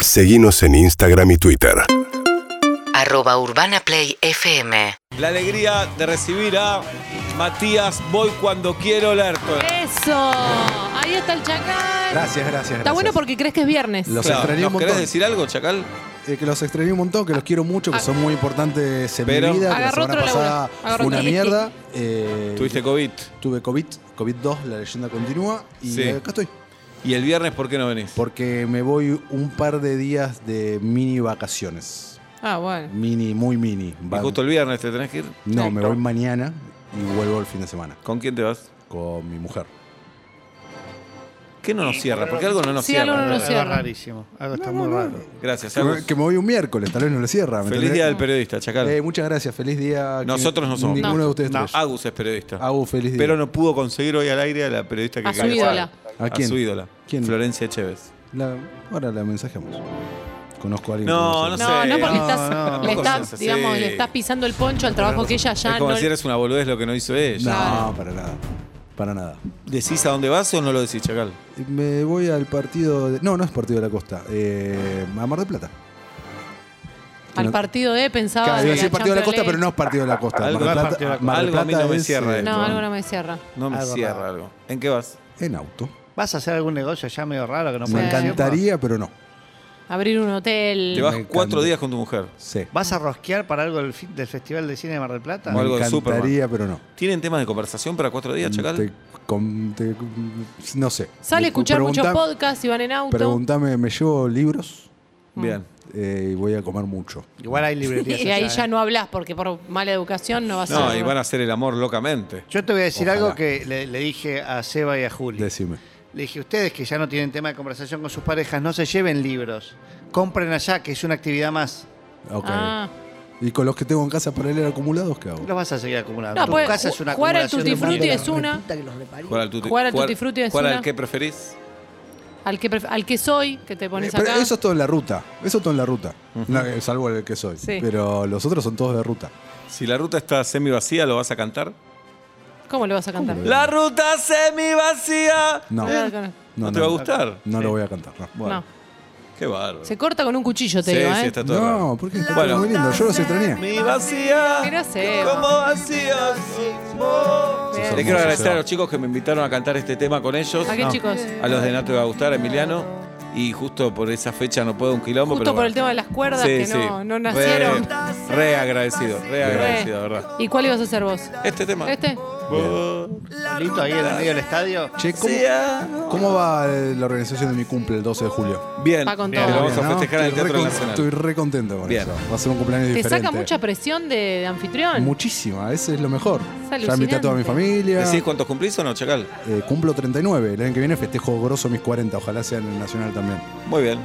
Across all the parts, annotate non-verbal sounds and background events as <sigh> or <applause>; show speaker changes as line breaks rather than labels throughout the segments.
Seguimos en Instagram y Twitter.
arroba urbanaplayfm.
La alegría de recibir a Matías Voy cuando quiero Lerto.
Eso. Ahí está el chacal.
Gracias, gracias.
Está
gracias.
bueno porque crees que es viernes.
Los
Claro,
extrañé
¿Nos
un montón.
querés decir algo, Chacal?
Eh, que los extrañé un montón, que los quiero mucho, que
Ah.
son muy importantes en
Pero-
mi vida. que la
Agarró
semana
otro laburo.
pasada
Agarró
fue una
otro.
mierda. Eh,
Tuviste COVID.
Tuve COVID, COVID-2, la leyenda continúa. Y
Sí.
acá estoy.
¿Y el viernes por qué no venís?
Porque me voy un par de días de mini vacaciones.
Ah, bueno.
Mini, muy mini.
Y
Va-
justo el viernes te tenés que ir.
No, me voy mañana y vuelvo el fin de semana
¿Con quién te vas?
con mi mujer.
¿Qué no nos cierra? Porque algo no nos
Sí,
cierra.
algo no nos
Algo
cierra.
rarísimo. Algo está muy raro.
Gracias.
Que
algo-
me, que me voy un miércoles, tal vez no le cierra. ¿me
Feliz
entendés?
día del periodista, Chacal.
Eh, muchas gracias, feliz día. que
Nosotros no somos.
Ninguno
No.
de ustedes
No.
tres.
Agus es periodista.
Agus, feliz día.
Pero no pudo conseguir hoy al aire a la periodista que
A su
quería.
ídola.
¿A quién?
su ídola.
¿Quién?
Florencia Chévez.
La- ahora la mensajemos. Conozco a alguien.
No,
que
no
sé.
No,
sé.
no porque
No,
estás,
no,
le,
no,
estás,
sí.
digamos, le estás pisando el poncho al trabajo que ella ya
es como
no.
si eres una boludez lo que no hizo ella.
No, para nada. Para nada.
¿Decís a dónde vas o no lo decís, Chacal?
Me voy al partido. de- no, no es partido de la costa. Eh, a Mar del Plata.
Al partido de pensaba.
Claro, iba a
en la
decir partido de la costa,
Champions
pero no es partido de la costa.
Algo
Mar del Plata,
no es partido de la costa.
Mar del
Algo a mí
Plata
no me
es,
cierra
eh,
esto.
League. No, algo no me cierra.
No me
Algo
cierra
raro.
algo. ¿En qué vas?
eh, En auto.
¿Vas a hacer algún negocio ya medio raro que no
Me
puedes hacer?
encantaría, pero no.
Abrir un hotel.
Te vas
encanta.
cuatro días con tu mujer.
Sí.
¿Vas a rosquear para algo del, fin- del Festival de Cine de Mar del Plata?
Bueno. algo
me
de Superman.
encantaría, pero no.
¿Tienen temas de conversación para cuatro días, Chacal?
Mm, Te- con- te- no sé.
Sale a escuchar muchos
Preguntá-
podcasts y van en auto.
Preguntame, me llevo libros
Mm.
Bien.
eh, y voy a comer mucho.
Igual hay
<laughs>
librerías.
y ahí
allá,
ya
¿eh?
no hablas porque por mala educación no vas a.
No, y van a hacer el amor locamente.
Yo te voy a decir
Ojalá.
algo que le, le dije a Seba y a Juli.
Decime.
Le dije, ustedes que ya no tienen tema de conversación con sus parejas, no se lleven libros. Compren allá, que es una actividad más.
Ok.
Ah.
¿Y con los que tengo en casa para leer acumulados qué hago?
Los vas a seguir acumulando.
No,
tu
pues,
casa es una
jugar al
acumulación de
Tutti Frutti
monedas.
es una.
Jugar al tutti,
Jugar al tutti frutti es
jugar al
una-
que preferís.
Al que, pref- al que soy, que te
Eh,
pones
pero
acá.
eso es todo en la ruta. Eso es todo en la ruta. No, eh, salvo el que soy.
Sí.
Pero los otros son todos de ruta.
Si la ruta está semi vacía, ¿lo vas a cantar?
¿Cómo le vas a cantar?
¿Cómo
¡La ruta semi vacía!
No.
Claro que no.
¿No,
No,
te
no.
va a gustar?
No lo voy a cantar. No,
No.
Qué bárbaro.
Se corta con un cuchillo, te
Sí,
digo,
sí,
¿eh?
está todo
no
raro.
porque está
Bueno.
muy lindo. Yo los extrañé.
Mi vacía.
Mira, Seba.
Como vacía. somos.
Bien.
Le quiero agradecer
Seba.
a los chicos que me invitaron a cantar este tema con ellos.
¿A qué chicos?
A los de Nato va a gustar, a Emiliano. Y justo por esa fecha no puedo un quilombo.
Justo
pero
por
bueno.
el tema de las cuerdas que no, no
Re-
nacieron.
Re, agradecido, re agradecido, de verdad.
¿Y cuál ibas a hacer vos?
Este tema.
¿Este?
Vos-
Solito ahí en el medio del estadio.
Che, ¿cómo, cómo va eh, la organización de mi cumple el 12 de julio?
Bien,
Va con
te lo
todo.
vamos a
Bien, ¿no?
festejar en el
Estoy
Teatro
re con-
Nacional.
Estoy re contento con
Bien.
eso. Va a ser un cumpleaños
Te
diferente.
saca mucha presión de, de anfitrión.
Muchísima, ese es lo mejor. Ya invité a
alucinante.
toda mi familia.
¿Decís cuántos cumplís o no, Chacal?
Eh, cumplo 39. El año que viene festejo grosso mis 40. Ojalá sea en el Nacional también.
Muy bien.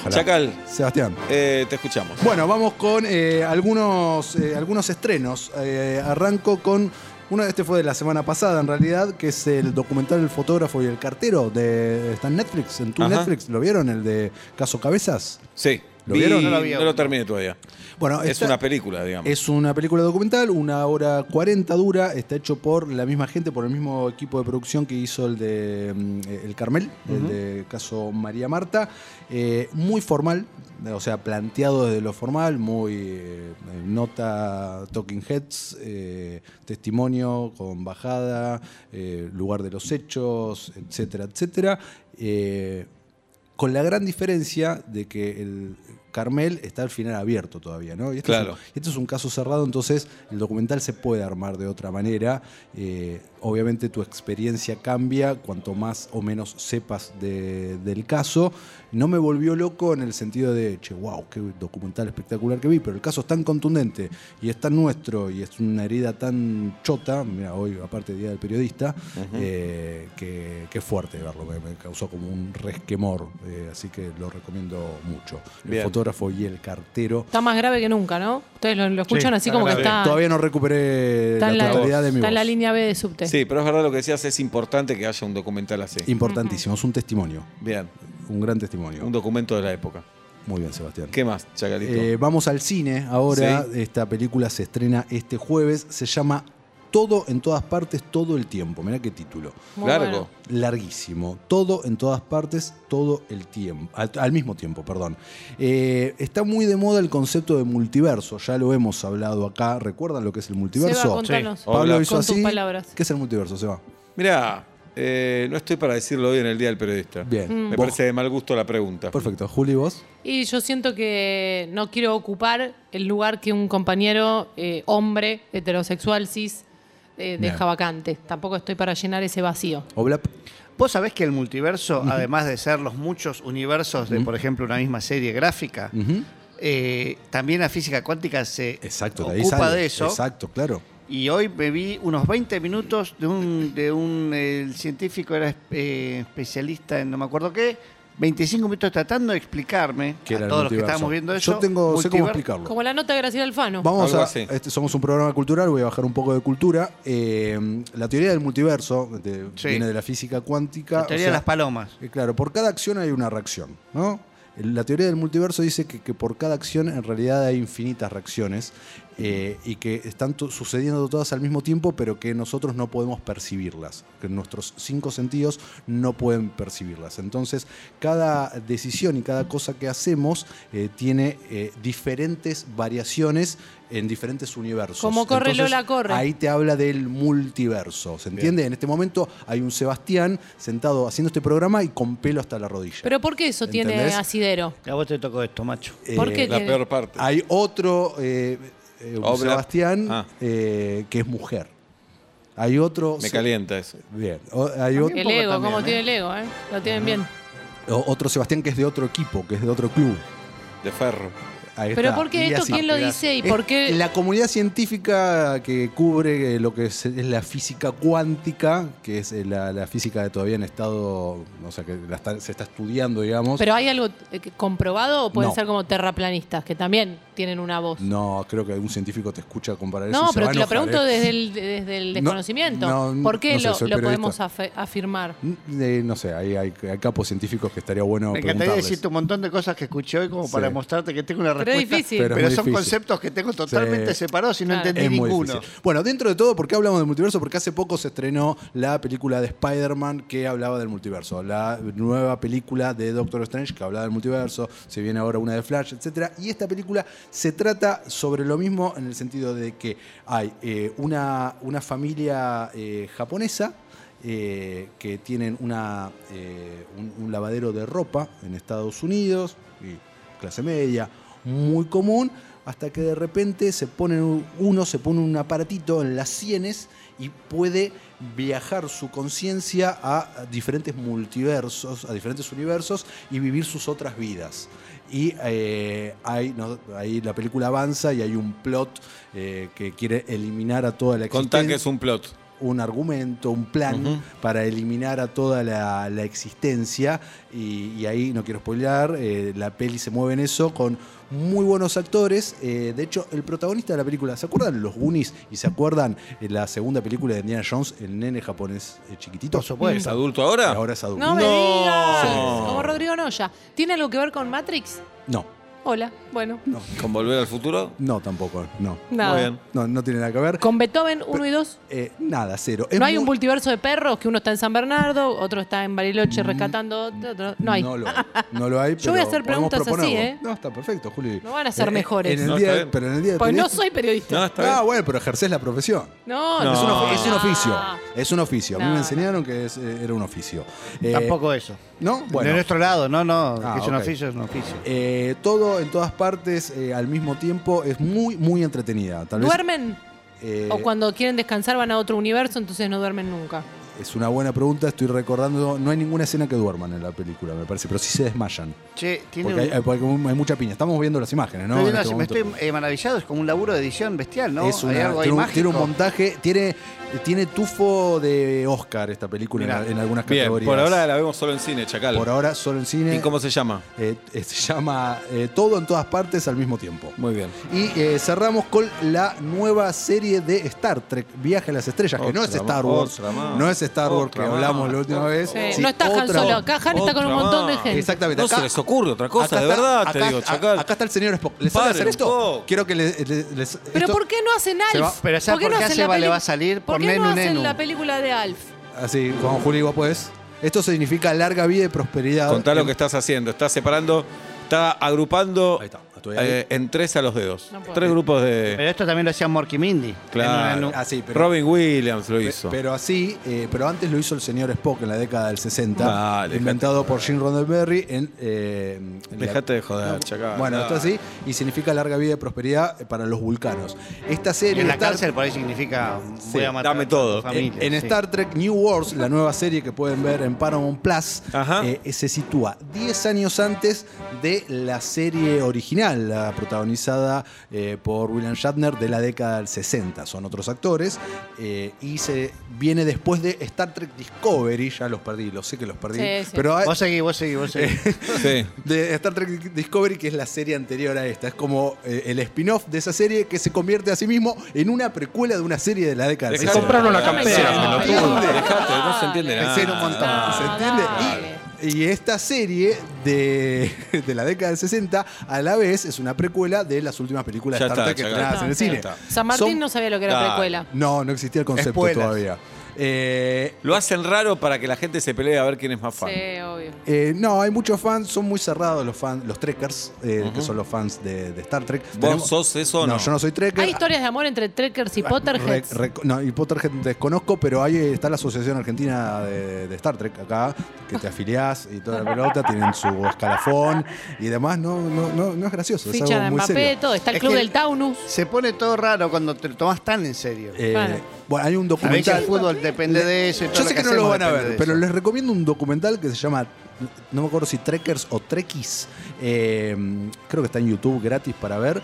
Ojalá.
Chacal,
Sebastián.
eh, te escuchamos.
Bueno, vamos con eh, algunos, eh, algunos estrenos. Eh, arranco con. Uno de este fue de la semana pasada, en realidad, que es el documental El fotógrafo y el cartero. De, está en Netflix, en tu
Ajá.
Netflix. ¿Lo vieron? El de Caso Cabezas.
Sí.
¿Lo vieron?
No
No
lo,
lo vi aún.
terminé todavía.
Bueno,
Es
está-
una película, digamos.
Es una película documental, una hora 40 dura, está hecho por la misma gente, por el mismo equipo de producción que hizo el de mm, eh, El Carmel, el de caso María Marta. Eh, muy formal, eh, o sea, planteado desde lo formal, muy eh, nota Talking Heads, eh, testimonio con bajada, eh, lugar de los hechos, etcétera, etcétera. Eh, con la gran diferencia de que el Carmel está al final abierto todavía, ¿no? Y esto
Claro.
Es un, y esto es un caso cerrado, entonces el documental se puede armar de otra manera. Eh, obviamente tu experiencia cambia cuanto más o menos sepas de- del caso. No me volvió loco en el sentido de, che, wow, qué documental espectacular que vi, pero el caso es tan contundente y es tan nuestro y es una herida tan chota, mira, hoy aparte Día del Periodista, eh, que, que es fuerte verlo, me, me causó como un resquemor, eh, así que lo recomiendo mucho. El
Bien.
fotógrafo y el cartero.
Está más grave que nunca, ¿no? Ustedes lo, lo escuchan
Sí,
así
está
como que
grave.
está.
Todavía no recuperé
Ah. está
la,
en la,
totalidad de mi
está en
voz.
la línea B de subte.
Sí, pero es verdad lo que decías, es importante que haya un documental así.
Importantísimo, es un testimonio,
Bien,
un gran testimonio.
un documento de la época.
Muy bien, Sebastián.
¿Qué más, Chacalito?
Eh, vamos al cine ahora. Esta película se estrena este jueves. Se llama Todo en todas partes, todo el tiempo. Mirá qué título.
Muy
Largo.
Larguísimo. Todo en todas partes, todo el tiempo. Al, al mismo tiempo, perdón. Eh, está muy de moda el concepto de multiverso. Ya lo hemos hablado acá. ¿Recuerdan lo que es el
bueno.
multiverso?
Seba, contanos.
Sí.
Pablo
Hola.
hizo
Con tus
así.
palabras.
¿Qué es el multiverso, Seba?
Mirá, eh, no estoy para decirlo hoy en el Día del Periodista.
Bien.
Me
Vos-
parece de mal gusto la pregunta.
Perfecto. Juli, vos.
Y yo siento que no quiero ocupar el lugar que un compañero eh, hombre, heterosexual, cis, eh, deja
Bien.
vacante. Tampoco estoy para llenar ese vacío.
Oblap.
Vos sabés que el multiverso, además de ser los muchos universos de, por ejemplo, una misma serie gráfica,
Ujú.
eh, también la física cuántica se
Exacto, de ahí
ocupa
sale.
de eso.
Exacto, claro.
Y hoy me vi unos 20 minutos de un, de un el científico, era eh, especialista en no me acuerdo qué, 25 minutos tratando de explicarme
Que
a
era el
todos los que
multiverso.
estábamos viendo eso.
Yo tengo, sé cómo
multiver-
explicarlo.
Como la nota de Graciela Alfano.
Vamos
Algo
a.
así.
este, somos un programa cultural, voy a bajar un poco de cultura. Eh, la teoría del multiverso de-
Sí.
viene de la física cuántica.
La
o
teoría
sea,
de las palomas.
eh, claro, por cada acción hay una reacción, ¿no? La teoría del multiverso dice que, que por cada acción en realidad hay infinitas reacciones eh, y que están to- sucediendo todas al mismo tiempo, pero que nosotros no podemos percibirlas, que nuestros cinco sentidos no pueden percibirlas. Entonces, cada decisión y cada cosa que hacemos eh, tiene eh, diferentes variaciones en diferentes universos.
Como corre,
Entonces,
Lola, corre.
Ahí te habla del multiverso, ¿se entiende? En este momento hay un Sebastián sentado haciendo este programa y con pelo hasta la rodilla.
Pero ¿por qué eso tiene
¿Entendés?
asidero?
A vos te tocó esto, macho.
Eh,
¿por qué?
La peor parte.
Hay otro eh, eh, un
Obla-
Sebastián
Ah.
eh, que es mujer. Hay otro.
Me calienta eso.
Bien. O- hay
También
ot-
El
poco
ego,
también,
como
¿eh?
tiene el ego, ¿eh? Lo tienen bien.
o- otro Sebastián que es de otro equipo, que es de otro club.
De ferro.
Ahí
Pero
está.
¿por qué
Y
esto
así.
quién lo dice y
Es
por qué
La comunidad científica que cubre eh, lo que es, es la física cuántica, que es eh, la, la física de todavía en estado, o sea, que la está- se está estudiando, digamos.
Pero hay algo eh, que- comprobado o pueden
No.
ser como terraplanistas, que también tienen una voz. No,
no, creo que algún científico te escucha comparar eso. y se
pero
va a
te lo
enojar,
pregunto
¿eh?
desde el, desde el
No,
desconocimiento.
no,
¿Por qué
no sé,
lo,
soy
lo
periodista.
podemos afe- afirmar?
Mm, eh, no sé, hay, hay- hay capos científicos que estaría bueno
Me encantaría
preguntarles.
decirte un montón de cosas que escuché hoy como
Sí.
para mostrarte que tengo una
Pero es
respuesta.
difícil.
Pero es
pero
muy
son
difícil.
conceptos que tengo
Sí.
totalmente separados y no
Claro.
entendí
Es muy
ninguno.
difícil. Bueno, dentro de todo, ¿por qué hablamos del multiverso? Porque hace poco se estrenó la película de Spider-Man que hablaba del multiverso, la nueva película de Doctor Strange que hablaba del multiverso, se viene ahora una de Flash, etc. Y esta película se trata sobre lo mismo en el sentido de que hay eh, una, una familia eh, japonesa. eh, que tienen una, eh, un, un lavadero de ropa en Estados Unidos, y clase media, muy común, hasta que de repente se pone un- uno se pone un aparatito en las sienes y puede viajar su conciencia a diferentes multiversos, a diferentes universos y vivir sus otras vidas. Y eh, ahí, no- ahí la película avanza y hay un plot eh, que quiere eliminar a toda la existencia
Contá que es un plot.
un argumento, un plan para eliminar a toda la, la existencia. Y, y ahí, no quiero spoilear, eh, la peli se mueve en eso con muy buenos actores. Eh, de hecho, el protagonista de la película, ¿se acuerdan los Goonies? ¿Y se acuerdan eh, la segunda película de Indiana Jones, el nene japonés eh, chiquitito?
Por supuesto.
¿Es adulto ahora?
Ahora es adulto.
No, me
No.
digas.
Sí.
Como Rodrigo Noya. ¿Tiene algo que ver con Matrix?
No,
Hola, bueno,
¿Con Volver al Futuro?
no tampoco, no.
nada.
Muy bien.
No, no tiene nada que ver.
¿Con Beethoven 1 y 2?
Eh, nada, cero. Es
¿No hay
muy-
un multiverso de perros que uno está en San Bernardo, otro está en Bariloche rescatando otro? otro- No hay.
Mm.
<laughs>
No lo hay. No lo hay
Yo voy a
pero
hacer
podemos
preguntas así,
proponerlo.
¿eh?
No, está perfecto, Juli.
No van a ser
Eh,
mejores.
en el
No,
día-
está bien.
pero en el día de
Pues no
periodista-
soy periodista.
No, está bien.
Ah, bueno, pero ejerces la profesión.
No,
No.
Es, un ofi- es un
Ah.
oficio. Es un oficio. A mí
No,
me
no.
enseñaron que es, eh, era un oficio. Eh,
Tampoco eso.
¿No? Bueno.
De nuestro lado, no, no.
Ah,
que es un
ok.
oficio, es un oficio.
eh, todo en todas partes eh, al mismo tiempo es muy, muy entretenida. Tal vez,
¿Duermen?
eh,
O cuando quieren descansar van a otro universo, entonces no duermen nunca.
Es una buena pregunta. Estoy recordando. No hay ninguna escena que duerman en la película, me parece, pero sí se desmayan.
Che, tiene
Porque hay,
un-
hay- porque hay mucha piña. Estamos viendo las imágenes, ¿no?
estoy
En este
viendo así, me
momento.
estoy eh, maravillado, es como un laburo de edición bestial, ¿no?
Es
Hay
una-
algo ahí
tiene, un,
mágico.
tiene un montaje, tiene, tiene tufo de Oscar esta película en,
Mirá.
en algunas
Bien,
categorías.
por ahora la vemos solo en cine, Chacal.
Por ahora solo en cine.
¿Y cómo se llama?
Eh, eh, se llama eh, Todo en todas partes al mismo tiempo.
Muy bien.
Y eh, cerramos con la nueva serie de Star Trek, Viaje a las Estrellas, que no es
Otra
Star
más,
Wars,
otra más.
no es Star Wars
Otra
que
más.
hablamos la última vez.
Sí,
Sí,
no está Han
otra-
Solo. Acá Han está con un
otra
montón de
más.
gente.
Exactamente.
No
acá-
se les ocurre otra cosa,
acá
de
está-
verdad, te
acá-
digo,
a-
chacal.
Acá está el señor Spock. ¿Les sale
Paren
hacer
un
esto?
poco.
Quiero que les. les- les-
Pero
esto-
¿por qué no hacen
se
Alf?
va-
pero ya por qué a
hacen
Seba le
peli-
va a salir
¿Por
por
qué
Nenu
no hacen
Nenu?
la película de Alf?
Así, Juan Juli, vos podés. Esto significa larga vida y prosperidad. Eh,
Contá lo que estás haciendo. Estás separando, está agrupando
Ahí está, estoy ahí.
eh, en tres a los dedos.
No puedo.
tres grupos de.
Pero esto también lo hacía Morky Mindy.
Claro.
Ah, sí, pero-
Robin Williams lo hizo.
Pero así, eh, pero antes lo hizo el señor Spock en la década del 60,
Dale,
inventado por Gene Roddenberry en... eh, en la-
Dejate de joder, chacal.
Bueno, esto
Dale.
así, y significa larga vida y prosperidad eh, para los vulcanos. Esta serie...
en la
Star-
cárcel por ahí significa
Sí,
voy a matar
dame
a tu
todo.
familia,
En
sí.
Star Trek New Wars, la nueva serie que pueden ver en Paramount Plus,
Ajá.
eh, se sitúa 10 años antes de la serie original, la protagonizada eh, por William Shatner de la década del 60. Son otros actores eh, y se viene después de Star Trek Discovery. Ya los perdí, lo sé que los perdí.
Sí, sí.
Pero hay-
Vos seguís, vos seguís, vos
<laughs>
seguís.
Eh.
<laughs> Sí.
de Star Trek Discovery, que es la serie anterior a esta. Es como eh, el spin-off de esa serie que se convierte a sí mismo en una precuela de una serie de la década del
Dejate
60.
de
compraron la
joder.
campera,
Sí,
pelotudo.
entiende. Dejate, no se entiende
Dale.
nada.
Pensé en un montón, ¿se entiende?
Dale.
Y, y esta serie de, <laughs> de la década del 60 a la vez es una precuela de las últimas películas de
Ya
Star
está,
Trek que
ya
estrenadas
está.
en el
Sí.
cine.
Ya
San Martín
Son-
no sabía lo que era
Dale.
precuela.
No, no existía el concepto
Espuelas.
todavía. Eh,
Lo hacen raro para que la gente se pelee a ver quién es más fan.
Sí, obvio.
eh, no, hay muchos fans, son muy cerrados los fans, los trekkers, eh, que son los fans de, de Star Trek.
¿Vos
Tenemos-
sos eso o no?
yo no soy trekker.
¿Hay historias de amor entre Trekkers y
Re-
Potterheads?
reco- no, y Potterhead desconozco, pero ahí está la Asociación Argentina de, de Star Trek acá, que te afiliás y toda la pelota, tienen su escalafón y demás. No, no, no, no es gracioso, es
Fichan
algo
a
muy
Mbappé,
serio.
todo. Está el
Es
club
que-
del Taunus.
Se pone todo raro cuando te lo tomás tan en serio.
Eh,
Claro.
Bueno, hay un
a veces
documental.
el fútbol depende de eso. y todo
Yo sé que, no
hacemos
lo van a
depende
ver,
de
pero
eso.
les recomiendo un documental que se llama, no me acuerdo si Trekkers o Trekkies, eh, creo que está en YouTube gratis para ver,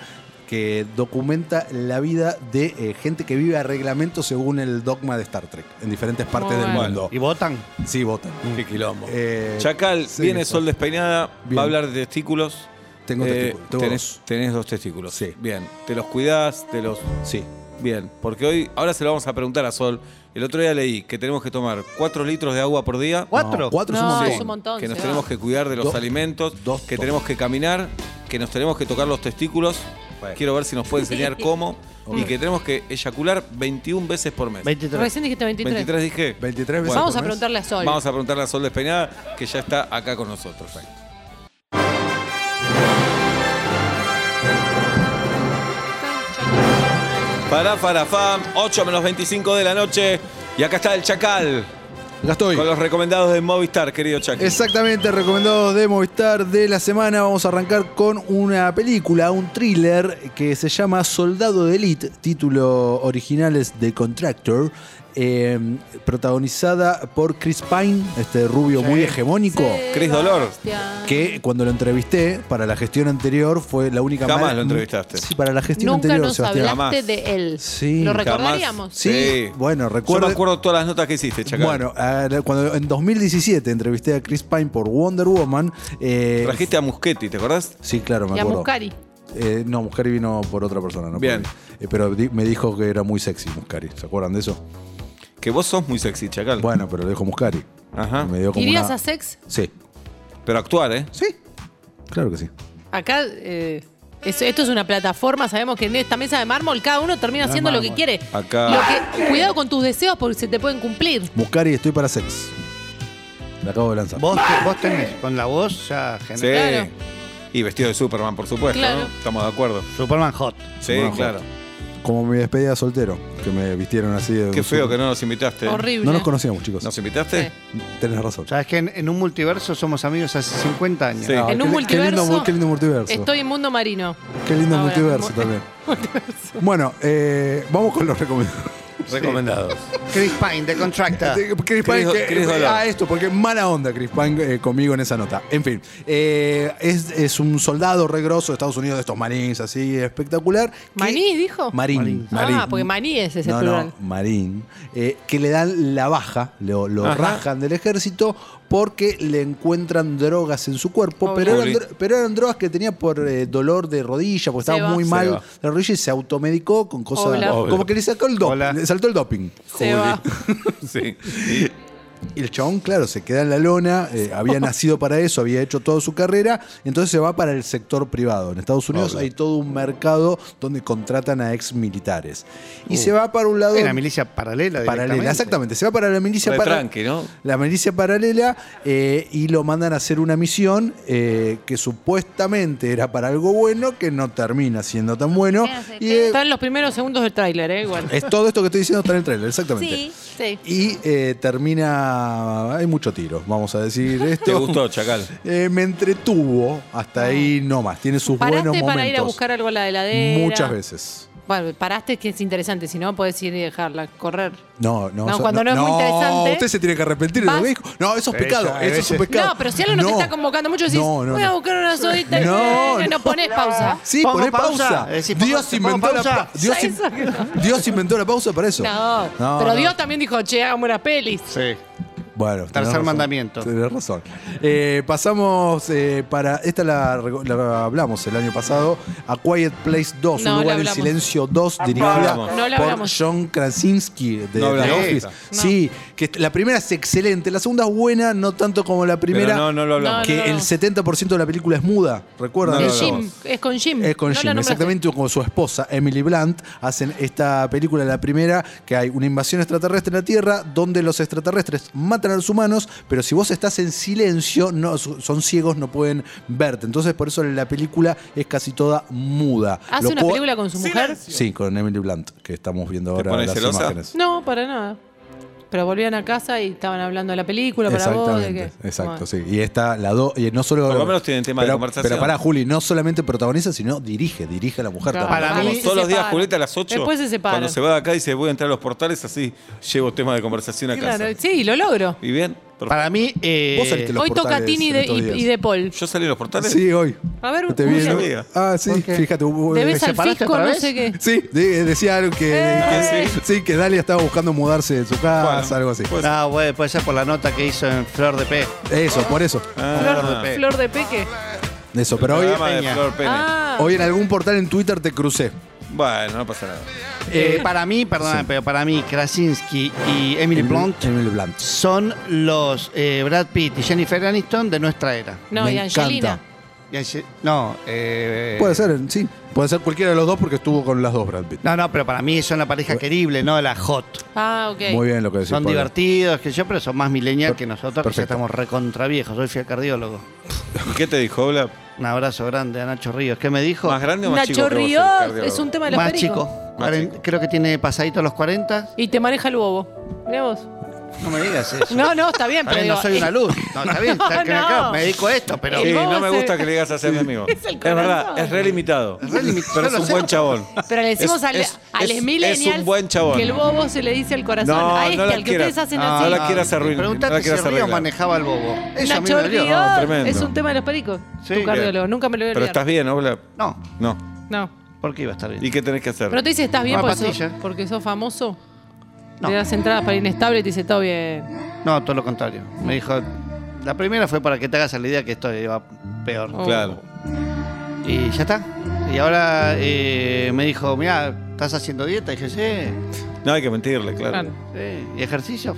que documenta la vida de eh, gente que vive a reglamento según el dogma de Star Trek en diferentes partes
Muy
del
bueno.
mundo.
Y votan.
Sí, votan.
Qué quilombo.
Eh,
Mm. Chacal,
sí,
viene
eso.
Sol despeinada,
Bien.
va a hablar de testículos. Eh,
Tengo testículos, tengo
tenés,
dos.
tenés dos testículos.
Sí.
Bien. Te los cuidás, te los.
Sí.
Bien. Porque hoy, ahora se lo vamos a preguntar a Sol. El otro día leí que tenemos que tomar 4 litros de agua por día.
¿Cuatro?
No, cuatro
No,
es
es un montón.
que nos
se
tenemos
va.
que cuidar de los
Dos-
alimentos,
dos-
que
dos.
tenemos que caminar, que nos tenemos que tocar los testículos.
Bueno.
Quiero ver si nos puede enseñar cómo. Y
Ok.
que tenemos que eyacular 21 veces por mes.
23.
Recién dijiste 23.
23 dije.
23 veces
Vamos
por
a
mes.
preguntarle a Sol.
Vamos a preguntarle a Sol Despeinada, que ya está acá con nosotros. Pará, para fam, 8 menos 25 de la noche. Y acá está el Chacal,
Gastoy.
con los recomendados de Movistar, querido Chacal.
Exactamente, recomendado de Movistar de la semana. Vamos a arrancar con una película, un thriller que se llama Soldado de Elite, título original es The Contractor, eh, protagonizada por Chris Pine, este rubio muy hegemónico.
Cris Dolor.
Sebastián.
Que cuando lo entrevisté para la gestión anterior fue la única
Jamás
mala-
lo entrevistaste.
Sí, para la gestión
Nunca
anterior,
nos
Sebastián.
hablaste
Jamás.
de él.
Sí.
Lo
Jamás.
recordaríamos.
Sí. bueno,
Yo
recuerde-
me acuerdo todas las notas que hiciste, Chacal.
Bueno, a la- cuando en 2017 entrevisté a Chris Pine por Wonder Woman. eh,
Trajiste a Muschetti, ¿te acordás?
Sí, claro, me
Y a
acuerdo.
Muscari.
Eh, no, Muscari vino por otra persona, ¿no?
Bien.
por mí. Eh, pero di- me dijo que era muy sexy Muscari. ¿Se acuerdan de eso?
Que vos sos muy sexy, Chacal.
Bueno, pero lo dijo Muscari.
Ajá.
Me dio como
¿Irías
una-
a sex?
Sí.
Pero actuar, ¿eh?
Sí. Claro que sí.
Acá, eh, es- esto es una plataforma, sabemos que en esta mesa de mármol cada uno termina haciendo lo que
mármol.
quiere.
Acá.
Lo que- cuidado con tus deseos porque se te pueden cumplir.
Muscari, estoy para sex. La acabo de lanzar.
Vos, te- vos tenés, con la voz ya
Sí.
genera.
Claro.
Y vestido de Superman, por supuesto.
Claro.
¿no? Estamos de acuerdo.
Superman Hot.
Sí,
Bueno,
claro.
Como mi despedida soltero, que me vistieron así de.
Qué feo que no nos invitaste.
Horrible.
No nos conocíamos, chicos.
¿Nos invitaste?
Sí.
Tenés razón.
Sabes que en, en un multiverso somos amigos hace 50 años.
Sí.
Ah,
En
qué
un
li- qué lindo
multiverso.
mu- qué lindo multiverso.
Estoy en mundo marino.
Qué lindo
Ahora, <laughs>
multiverso
mu-
también. Bueno, eh, vamos con los recomendados.
Recomendados.
Chris Pine, The
<laughs>
Contractor.
Eh, Chris Pine,
Chris-
que-
Chris Dolor.
ah, esto, porque mala onda Chris Pine eh, conmigo en esa nota. En fin, eh, es, es un soldado regroso de Estados Unidos, de estos marines, así, espectacular. que-
¿Maní, dijo?
Marín.
Marín.
marín.
Ah, porque maní es ese
no,
plural.
No, marín. eh, que le dan la baja, lo, lo
Ajá.
rajan del ejército porque le encuentran drogas en su cuerpo,
Obvio.
pero eran,
Obvio.
dro- pero eran drogas que tenía por eh, dolor de rodilla, porque estaba
Seba.
muy mal
Seba.
la rodilla y se automedicó con cosas...
Hola.
Obvio.
Como que le sacó el doping,
Hola.
le saltó el doping.
Se va.
<laughs> sí. Y-
Y el chabón, claro, se queda en la lona, eh, había nacido para eso, había hecho toda su carrera, entonces se va para el sector privado. En Estados Unidos
Obvio.
hay todo un mercado donde contratan a ex militares. Y se va para un lado
Era milicia paralela.
paralela,
directamente.
exactamente, se va para la milicia
Re
paralela.
tranqui, ¿no?
La milicia paralela eh, y lo mandan a hacer una misión eh, que supuestamente era para algo bueno, que no termina siendo tan bueno.
¿Qué hace?
Y,
¿Qué?
eh,
Está en los primeros segundos del tráiler, ¿eh? Igual.
es todo esto que estoy diciendo está en el trailer, exactamente.
Sí.
Sí.
Y eh, termina. Hay mucho tiro, vamos a decir esto.
Te gustó, Chacal.
Eh, me entretuvo hasta ahí nomás. Tiene sus
Ah. Paraste
buenos
para
momentos.
ir a buscar algo a la heladera.
Muchas veces.
Bueno, paraste que es interesante, si no podés ir y dejarla, correr.
No, no,
No,
eso-
cuando no es muy interesante,
Usted se tiene que arrepentir de lo
vas-
que dijo. No, eso es
Ella,
pecado.
a
Eso es
veces-
un pecado.
No, pero si algo no, te está convocando mucho, decís,
No, no,
voy a
no.
buscar una sodita y
No,
no,
no.
ponés pausa.
Sí,
¿Pongo
poné pausa.
pausa? Decís, ¿pongo-
Dios
te
inventó
pongo
la
pausa?
pa- Dios,
Ya
in-
eso que-
Dios inventó la pausa para eso.
No, pero
no.
Dios también dijo, che, hagamos unas pelis.
Sí.
Bueno, tenés
Tercer
razón.
mandamiento.
Tenés razón. Eh, pasamos eh, para. Esta la, la hablamos el año pasado. A Quiet Place 2,
No,
un
la
lugar en
hablamos.
silencio 2, dirigida
Ah, hablamos.
No la
por
hablamos.
John Krasinski de
No
The
hablamos.
Office.
No.
Sí, que la primera es excelente, la segunda es buena, no tanto como la
Pero
primera.
no, no lo hablamos.
No,
que
no, no.
el 70% de la película es muda, recuerdan.
No
Es
lo hablamos.
Jim, es con Jim.
Es Eh, con
No la
Jim,
nombraste.
exactamente como su esposa, Emily Blunt, hacen esta película, la primera, que hay una invasión extraterrestre en la Tierra, donde los extraterrestres matan a los humanos, pero si vos estás en silencio, no, su- son ciegos, no pueden verte. Entonces, por eso la película es casi toda muda.
¿Hace
Lo
una
cual-
película con su mujer?
Sí, con Emily Blunt, que estamos viendo ahora
pones
las
celosa?
imágenes.
No, para nada. Pero volvían a casa y estaban hablando de la película para vos. de
Exactamente,
que-
exacto,
Bueno.
sí. Y esta, la dos, y no solo.
Por lo menos tienen tema de
pero-
conversación.
Pero pará, Juli, no solamente protagoniza, sino dirige, dirige a la mujer
Claro.
también.
Para
Como
mí-
todos los
se
días,
separan.
Julieta, a las 8.
Después se separan.
Cuando se va de acá y dice, voy a entrar a los portales, así llevo tema de conversación a casa.
Claro, sí, lo logro.
¿Y bien? Perfecto.
Para mí. eh,
Vos saliste los
Hoy toca
portales
Tini
en
de-
estos
y,
días.
y De Paul.
¿Yo salí a los portales?
Sí, hoy.
A ver,
Te
Julia.
vi, ¿no?
Julia.
Ah, sí, fíjate. hubo-
Debes
¿Te
al
separaste
fisco,
otra
no
vez?
sé qué.
Sí, de- decía algo que,
Eh.
que- sí, que Dalia estaba buscando mudarse de su casa,
Bueno,
algo así.
pues-
No, güey, puede ser por la nota que hizo en Flor de P.
Eso, por eso.
Ah,
Pe-
Flor de Peque.
Eso, pero hoy,
programa de
Peña.
Flor Pene.
Ah,
hoy en algún portal en Twitter te crucé.
Bueno, no pasa nada.
Eh, para mí, perdóname, pero para mí, Krasinski y Emily Blunt
Emily Blunt.
son los eh, Brad Pitt y Jennifer Aniston de nuestra era.
no,
Me
y Angelina.
encanta.
Y así- No, eh,
Puede ser, sí. Puede ser cualquiera de los dos porque estuvo con las dos Brad Pitt.
No, no, pero para mí son la pareja querible, no la hot.
Ah, ok.
Muy bien lo que decís.
Son
Pablo.
divertidos, que yo, pero son más millennial
Per-
que nosotros, que
perfecto.
ya estamos recontraviejos. Hoy fui al cardiólogo.
¿Y qué te dijo, Ola?
Un abrazo grande a Nacho Ríos. ¿Qué me dijo?
¿Más grande o más chico?
Nacho
que vos, el
Ríos
cardiólogo?
es un tema de los
Más
pericos.
chico. Cuaren-
chico.
Creo que tiene pasadito los 40.
Y te maneja el bobo. Mirá vos.
No me digas eso.
No, no, está bien,
Está
pero.
bien, no
digo,
soy una
es-
luz. No,
<laughs>
está bien, está
No,
bien,
no.
claro, me dedico a esto, pero.
Sí,
El bobo
no me
se-
gusta que le digas a ser mi amigo.
<laughs> Es el corazón.
verdad, es re limitado.
re limitado,
Pero es un
lo sé.
buen chabón.
Pero le decimos
Es-
al,
es-
a
es-
los millennials
Es un buen chabón.
que el bobo se le dice al corazón.
No,
a
no
este,
la
al que
quiera.
ustedes hacen
No,
así.
no la quieras arruinar. no
Preguntate
la
si
quieras
Ríos
arreglar.
manejaba el bobo. Eso a mí
Nacho
me dolió.
Ríos
No, tremendo.
es un tema de los pericos.
Sí.
tu cardiólogo, nunca me lo voy a
Pero
olvidar.
estás bien, Ola.
No,
No.
No.
porque iba a estar
¿Y
bien.
qué tenés que hacer?
Pero te dice, ¿estás bien
Una
por eso?
pastilla.
porque sos famoso?
No.
Le das entradas para inestable y te dice, todo bien.
No, todo lo contrario. Me dijo. La primera fue para que te hagas la idea que esto iba peor.
Oh.
Claro.
Y ya está. Y ahora eh, me dijo, mira, ¿estás haciendo dieta? Y dije, sí,
No hay que mentirle, claro.
Claro.
sí. ¿Y ejercicio?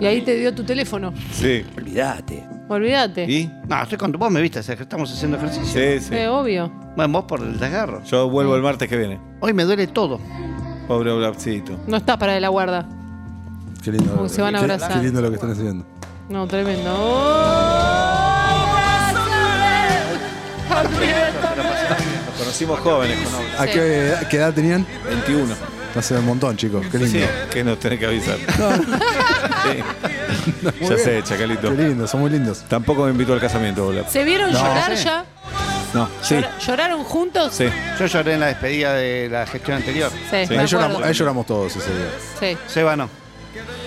Y ahí te dio tu teléfono.
Sí.
Olvídate.
Olvídate.
¿Y?
No, estoy con vos, me viste, hacer- estamos haciendo ejercicio.
Sí, sí.
Eh, obvio.
Bueno, vos por el desgarro.
Yo vuelvo el martes que viene.
Hoy me duele todo.
Pobre Olapcito.
No estás para de la guarda.
Qué lindo.
Uy, se van a
qué-
abrazar.
Qué lindo lo que están haciendo.
No, tremendo. Oh,
Nos conocimos jóvenes con Ola.
¿A
Sí.
qué, qué edad tenían?
21.
Hace un montón, chicos. Qué lindo.
Sí, que nos tenés que avisar. <laughs> Sí.
Muy
Ya
bien.
sé, Chacalito.
Qué lindo, son muy lindos.
Tampoco me invitó al casamiento, Ola.
¿Se vieron llorar
Sí.
ya?
No, sí.
Llora- ¿Lloraron juntos?
Sí.
Yo lloré en la despedida de la gestión anterior.
Sí, me
Ahí
acuerdo.
lloramos, ahí lloramos todos ese día.
Sí.
Seba no.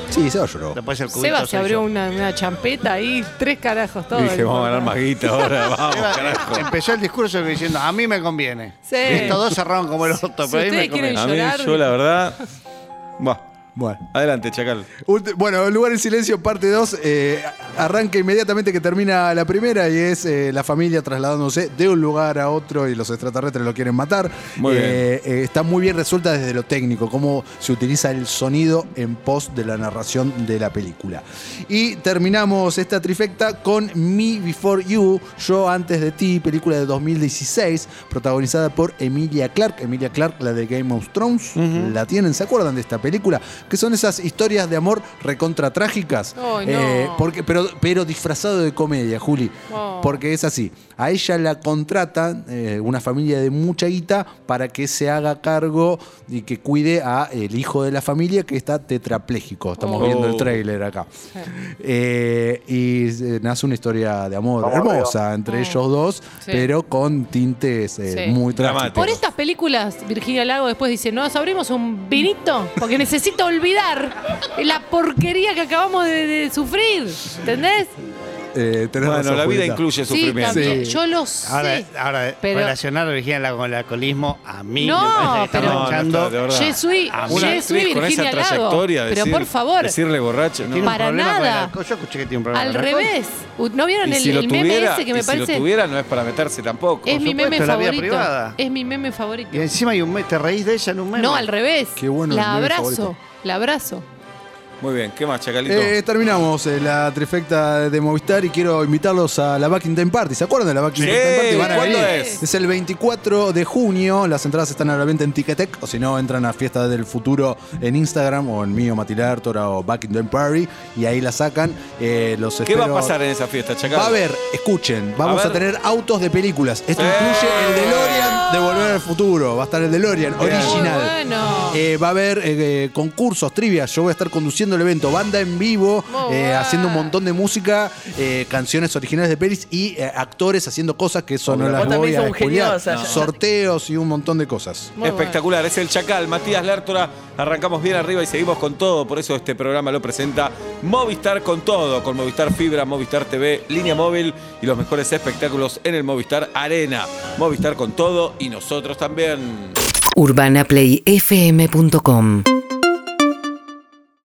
Sí, Seba lloró.
Después el cubito
Seba se
soy
abrió
yo.
una, una champeta ahí, tres carajos todos.
Dije, vamos a ganar más guita ahora,
<laughs>
vamos,
Seba,
carajo.
Empezó el discurso diciendo, a mí me conviene.
Sí.
Estos dos cerraron como el orto,
Si
pero a mí me
ustedes quieren
conviene.
A mí,
llorar.
yo la verdad. Bah,
Bueno.
Adelante, Chacal.
Ulti- Bueno, El lugar en silencio, parte 2, arranca inmediatamente que termina la primera y es eh, la familia trasladándose de un lugar a otro y los extraterrestres lo quieren matar.
Muy
Eh, eh, está muy bien resuelta desde lo técnico, cómo se utiliza el sonido en pos de la narración de la película. Y terminamos esta trifecta con Me Before You, Yo Antes de Ti, película de 2016, protagonizada por Emilia Clarke. Emilia Clarke, la de Game of Thrones, la tienen, ¿se acuerdan de esta película? Que son esas historias de amor recontra trágicas. eh,
Ay, no.
porque, pero, pero disfrazado de comedia, Juli.
Oh.
Porque es así. A ella la contratan eh, una familia de mucha guita para que se haga cargo y que cuide a el hijo de la familia que está tetrapléjico. Estamos
Oh.
viendo el tráiler acá. Eh, y eh, nace una historia de amor hermosa entre
Oh.
ellos dos,
Sí.
pero con tintes eh,
Sí.
muy
Dramático.
dramáticos.
Por estas películas, Virginia Lago después dice, ¿nos abrimos un vinito? Porque necesito olvidar la porquería que acabamos de, de sufrir. ¿Entendés?
Eh, tenés
Bueno,
razón,
la vida
Julieta.
incluye
Sí,
sufrimiento.
también.
Sí.
Yo lo sé.
Ahora, ahora
pero-
relacionar a Virginia Lago con el alcoholismo, a mí
No,
me parece que está
pero-
manchando.
No, no, de verdad.
Yo soy,
Ah,
Una
yo
actriz
soy
con esa
Virginia Lago.
trayectoria,
Pero
decir-
por favor,
decirle borracho, ¿no?
Tiene un
Para
problema con el
nada.
alcohol. Yo escuché que tiene un problema
al
con el alcohol.
revés. U- ¿No vieron
Y
el,
si lo
el meme
tuviera,
ese que
y
me
si lo
parece?
tuviera no es para meterse tampoco.
es mi
supuesto,
meme
la vida
favorito.
privada.
Es mi meme favorito.
Y encima hay un me- te reís de ella en un meme.
No, al revés.
Qué bueno el
la
meme
abrazo.
favorito.
La abrazo.
Muy bien, ¿qué más, Chacalito?
Eh, terminamos eh, la trifecta de Movistar y quiero invitarlos a la Back in Time Party. ¿Se acuerdan de la Back in
Sí,
Time Party?
¿cuándo
venir.
es?
el 24 de junio. Las entradas están a la venta en Ticketek o si no, entran a Fiesta del Futuro en Instagram o en mío, Matilartora o Back in Time Party y ahí la sacan. Eh, los
¿Qué va a
espero-
pasar en esa fiesta, Chacal?
Va a haber, escuchen, vamos a,
ver.
tener autos de películas. Esto
¡Eh!
incluye el DeLorean de Volver al Futuro. Va a estar el DeLorean original.
Muy bueno.
Eh, va a haber eh, eh, concursos, trivias. Yo voy a estar conduciendo el evento. Banda en vivo,
Muy
eh,
bueno.
haciendo un montón de música, eh, canciones originales de pelis y eh, actores haciendo cosas que eso no
Vos
las
también
voy
sos
a
un genio,
spoilear.
o sea, ya-
Sorteos y un montón de cosas.
Muy
Espectacular, es el Chacal, Matías Lártora. Arrancamos bien arriba y seguimos con todo. Por eso este programa lo presenta Movistar con todo, con Movistar Fibra, Movistar TV, línea móvil y los mejores espectáculos en el Movistar Arena. Movistar con todo y nosotros también.
urbanaplayfm.com